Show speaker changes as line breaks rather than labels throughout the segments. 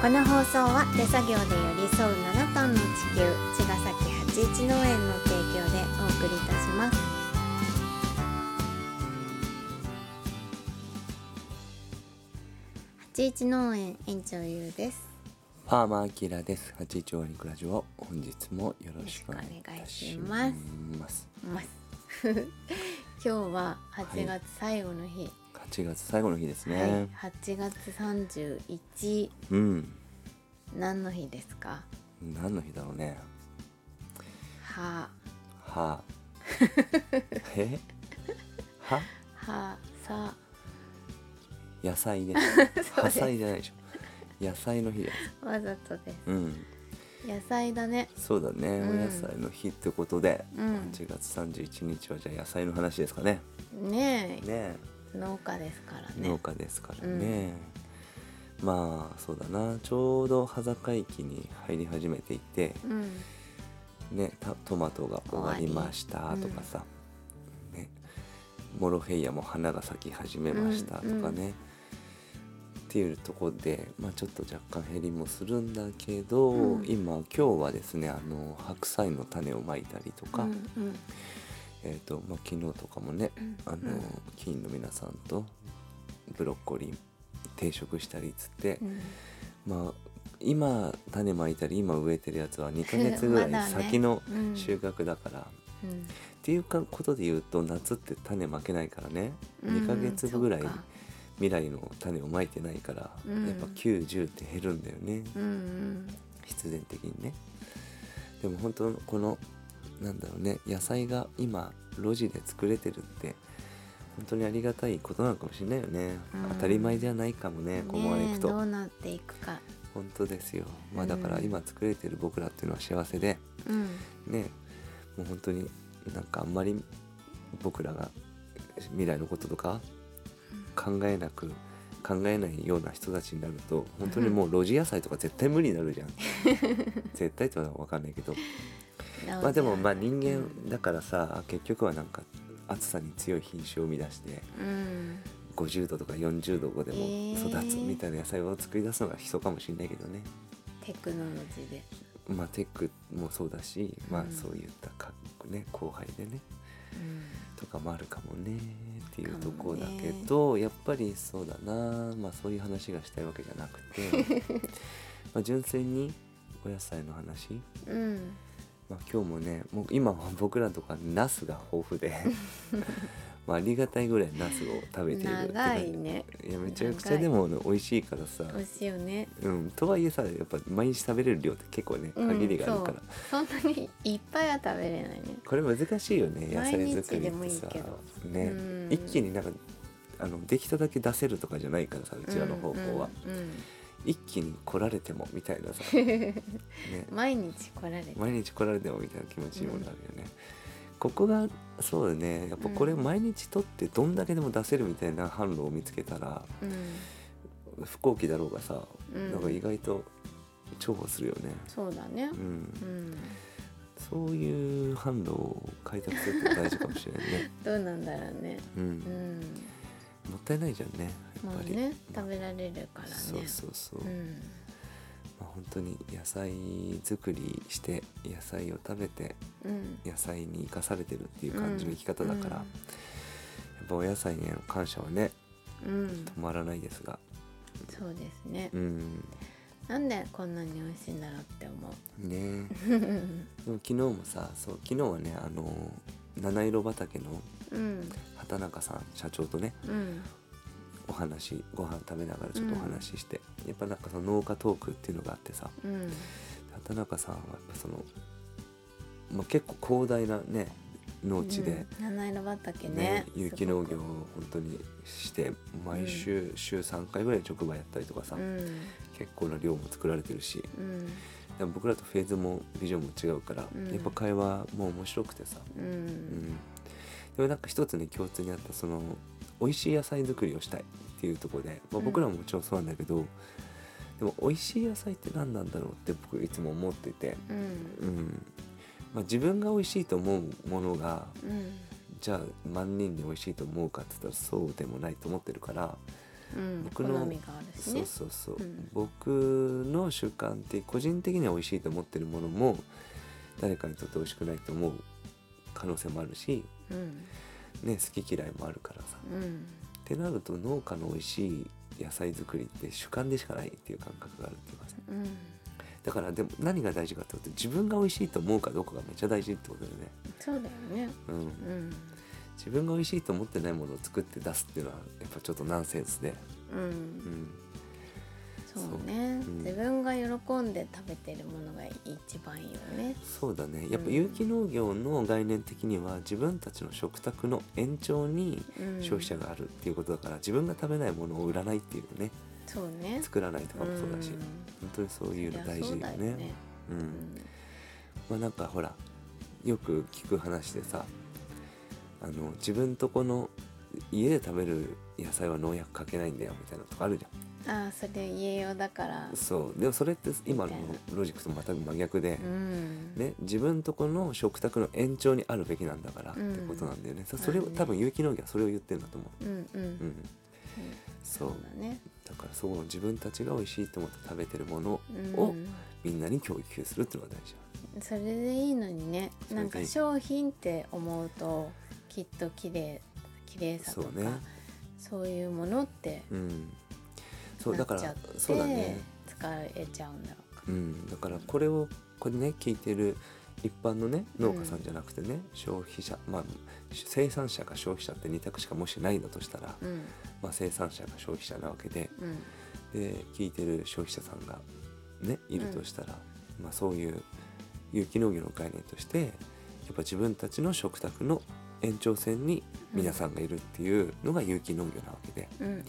この放送は手作業で寄り添う7トンの地球茅ヶ崎八一農園の提供でお送りいたします八一農園園長ゆうです
パーマアキラです。八一オリンクラジオ、本日もよろしくお願いいたします。
よろします 今日は8月最後の日、
八月最後の日ですね。
はい、8月31
うん、
何の日ですか
何の日だろうね。
は
はあ。え。は。
はさ
野菜ね。
す
野菜じゃないでしょ野菜の日です。
わざとです
うん、
野菜だね
そうだね。
うん
お野菜の日ってことで、
うん
八月三十一日はじゃあ野菜の話ですかね。
ねえ
ねえ。
農家ですからね
農家ですからね、まあそうだなちょうど羽坂駅に入り始めていて、
うん
ね、たトマトが終わりました
終わり
とかさ、ね、モロヘイヤも花が咲き始めましたとかね、
うん
うんっていうところで、まあ、ちょっと若干減りもするんだけど、
うん
今今日はですねあの白菜の種をまいたりとか、
うんうん
えーとまあ、昨日とかもね、
ん
あの
うん
議員の皆さんとブロッコリー定食したりっつって、
うん
まあ今種まいたり今植えてるやつは2ヶ月ぐ
ま
ら
だ
い
ね
先の
うん
収穫だから、っ
うん
ていうかことで言うと夏って種まけないからね、
うん
2ヶ月ぐらい
そっか
未来の種をまいてないから、
うん
やっぱ90って減るんだよね、
うんうん
必然的にねでも本当このなんだろうね野菜が今路地で作れてるって本当にありがたいことなのかもしれないよね、
うん
当たり前じゃないかもねここまでい
ねえ
く
ど
と
うなっていくか
本当ですよまあだか
う
ら
ん
今作れてる僕らっていうのは幸せで
うん
ねもう本当になんかあんまり僕らが未来のこととか考えなく考えないような人たちになると本当にもう路地野菜とか絶対無理になるじゃん絶対とは分かんないけどまあでもまあ人間だからさ結局はなんか暑さに強い品種を生み出して
うん
50度とか40度で
え
も
ー
育つみたいな野菜を作り出すのが人かもしれないけどね、
テクノロジーで
まあテックもそうだし、まあ
うん
そういったか、ね、後輩でね
うん
とかもあるかもねっていうところだけど、やっぱりそうだなまあそういう話がしたいわけじゃなく てまあ純粋にお野菜の話
うん
まあ、今日もねもう今は僕らのとかナスが豊 富でまあありがたいぐらいナスを食べているって
長いね
いやめちゃくち
長
ゃ
い
でもあの美味しいからさ
美味しいよね
うん、とはいえさやっぱ毎日食べれる量って結構ね
うん
限りがあるから、
そうそんなにいっぱいは食べれないね
これ難しいよね野
毎日
菜作り
で
っ
もい
て
い
さ
けど
ね
うん
一気になんかあのできただけ出せるとかじゃないからさうちらの方法は、
うんうんうん
一気に来られてもみたいなさ、ね、
毎日来られて
毎日来られてもみたいな気持ちにもなるよね、ここがそうだねやっぱこれ
うん
毎日取ってどんだけでも出せるみたいな販路を見つけたら
うん
不幸期だろうがさ、
うん
なんか意外と重宝するよね、
そうだね
うん
うん
そういう販路を開拓するって大事かもしれないね、
どうなんだろうね
うん
うん
もったいないじゃんねや
ま
っぱ
あ
り、
ね食べられるからね
そうそうそう、
うん
まあ、本当に野菜作りして野菜を食べて
うん
野菜に生かされてるっていう感じの生き方だから、
うん
やっぱお野菜への感謝はね
うん
止まらないですが
そうですね
うん
なんでこんなに美味しいんだろうって思う
ねでも昨日もさそう昨日はねあの七色畑の
うん
畑中さん社長とね
うん
お話ご飯食べながらちょっとお話しして、やっぱなんかその農家トークっていうのがあってさ
うん
畑中さんはやっぱその、まあ、結構広大なね農地で、
うん七色畑
ね
ね
有機農業を本当にして毎週週3回ぐらい直売やったりとか
す
さ、
ごくうん
結構な量も作られてるし
うん
でも僕らとフェーズもビジョンも違うから、
うん
やっぱ会話も面白くてさ、
う
うん
ん
でもなんか一つね共通にあったその美味しい野菜作りをしたいっていうところで、まあ、
うん
僕らももちろんそうなんだけど、でも美味しい野菜って何なんだろうって僕いつも思ってて、
うん
うんまあ、自分が美味しいと思うものが
うん
じゃあ万人に美味しいと思うかって言ったらそうでもないと思ってるから
うん、
僕の
好みがあるし
そ
ね
うそうそう、
うん
僕の主観って個人的には美味しいと思ってるものも誰かにとって美味しくないと思う可能性もあるし、
うん
ね、好き嫌いもあるからさ、
うん
ってなると農家の美味しい野菜作りって主観でしかないっていう感覚があるって言いますね
うん
だからでも何が大事かってこと自分が美味しいと思うかどうかがめっちゃ大事ってことだよね、
そうだよね
うん、
うん
自分が美味しいと思ってないものを作って出すっていうのはやっぱちょっとナンセンスで、
う
うんん、
そうね
そううん
自分が喜んで食べてるものが一番いいよね
そうだねやっぱ
うん
有機農業の概念的には自分たちの食卓の延長に
うん
消費者があるっていうことだから、自分が食べないものを売らないっていうね
そうね
作らないとかもそうだ
ん
し、本当にそういうの大事
い
だ
や
よ
そうだよ
ね
ね。
う
うんん
まあなんかほらよく聞く話でさあの自分とこの家で食べる野菜は農薬かけないんだよみたいなとかあるじゃ
ああそれ家用だから
んそうでもそれって今の
み
ロジックと全く真逆で
う、ん
ね、自分とこの食卓の延長にあるべきなんだからってことなんだよね、さそれを
まあね
多分有機農業はそれを言ってるんだと思
うんうん
う、うん、そ
そう
う
だね
だからそう自分たちが美味しいと思って食べてるものを
う
を
ん
みんなに供給するっていうのが大事
それでいいのにね
それでい
な
い
んか商品って思うときっと綺麗綺麗さとか
そうね
そういうものって
だ、うん、そう
な
だ
っ
から
ちゃっ
そうだね
て使えちゃうんだろうか
うん、だからこれをこれね聞いてる一般のね農家さんじゃなくてね、消費者まあ生産者か消費者って2択しかもしないんだとしたら、
うん
まあ、生産者か消費者なわけで
うん
で聞いてる消費者さんがねいるとしたら、まあ、そういう有機農業の概念としてやっぱ自分たちの食卓の延長線に皆さんがいるっていうのが有機農業なわけで
うん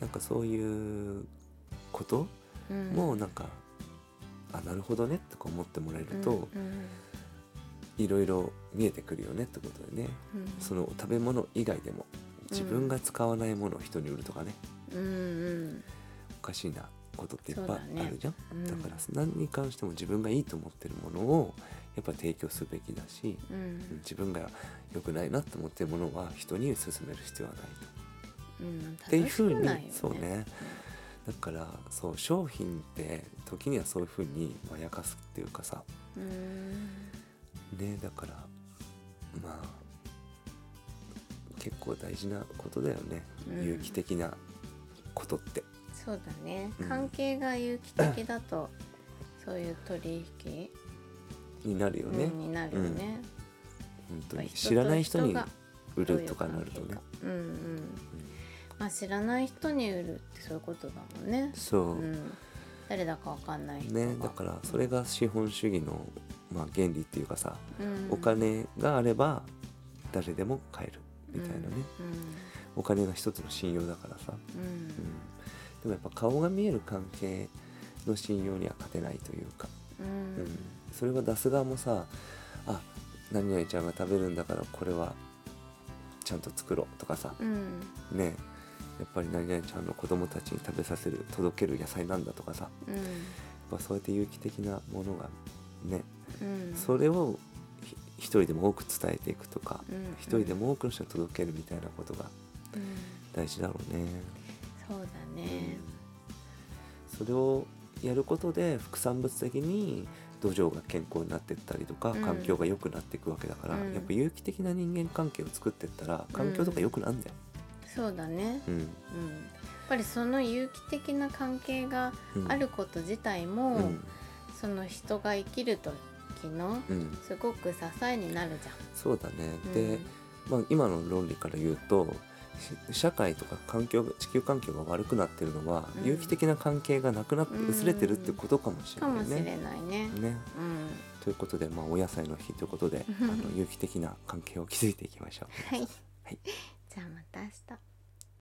なんかそういうこと
うんうん
もなんか、あなるほどねとか思ってもらえると、
うん
いろいろ見えてくるよねってことでね
うん
その食べ物以外でも自分が使わないものを人に売るとかね、
うん
おかしいなことっていっ
そ
ぱ
う
い
だね
あるじゃんだ,、
うん
から何に関しても自分がいいと思ってるものをやっぱ提供すべきだし
うんうん
自分が良くないなと思ってるものは人に勧める必要はない
う
と。
ん
っていう
楽し
ふう
く
に、
ないよ
そうねだからそう商品って時にはそういうふうにまやかすっていうかさ、
うん
ねだからまあ結構大事なことだよね、
うん
有機的なことって
そうだね
うん
関係が有機的だとそういう取引
になるよね、
うんになるよね
本当に知らない人に売るとかなるとね
うんうんまあ知らない人に売るってそういうことだもんね
そうう、
ん誰だかわかんない人が
ねだからそれが資本主義の、まあ、原理っていうかさ、
うん
お金があれば誰でも買えるみたいなね、お金が一つの信用だからさ、
うんうん
でもやっぱ顔が見える関係の信用には勝てないというか
うんうん
うんそれは出す側もさあ何々ちゃんが食べるんだからこれはちゃんと作ろうとかさ
うん
ねえやっぱり何々ちゃんの子供たちに食べさせる届ける野菜なんだとかさやっ
うん
ぱそうやって有機的なものがね
うん
それをひ一人でも多く伝えていくとか
うん
一人でも多くの人に届けるみたいなことが
うん
大事だろうね。
そうだね
それをやることで副産物的に土壌が健康になっていったりとか
うん
環境が良くなっていくわけだから、
うん
やっぱ有機的な人間関係を作っていったら環境とか良くなんだよ。
そうだね
うん
うんやっぱりその有機的な関係が
うん
あること自体も、
うん
その人が生きる時の
うん、
すごく支えになるじゃん。
そうだね、
う
で
ん、
まあ、今の論理から言うとし社会とか環境が地球環境が悪くなってるのは、
うん
有機的な関係がなくなって
うん
薄れてるってことかもしれ
か
な
も
い
しれ
ね。
ないね。
ね
うん、
ということで、まあ、お野菜の日ということであの有機的な関係を築いていきましょう。
はい、
はい
じゃあまた明日。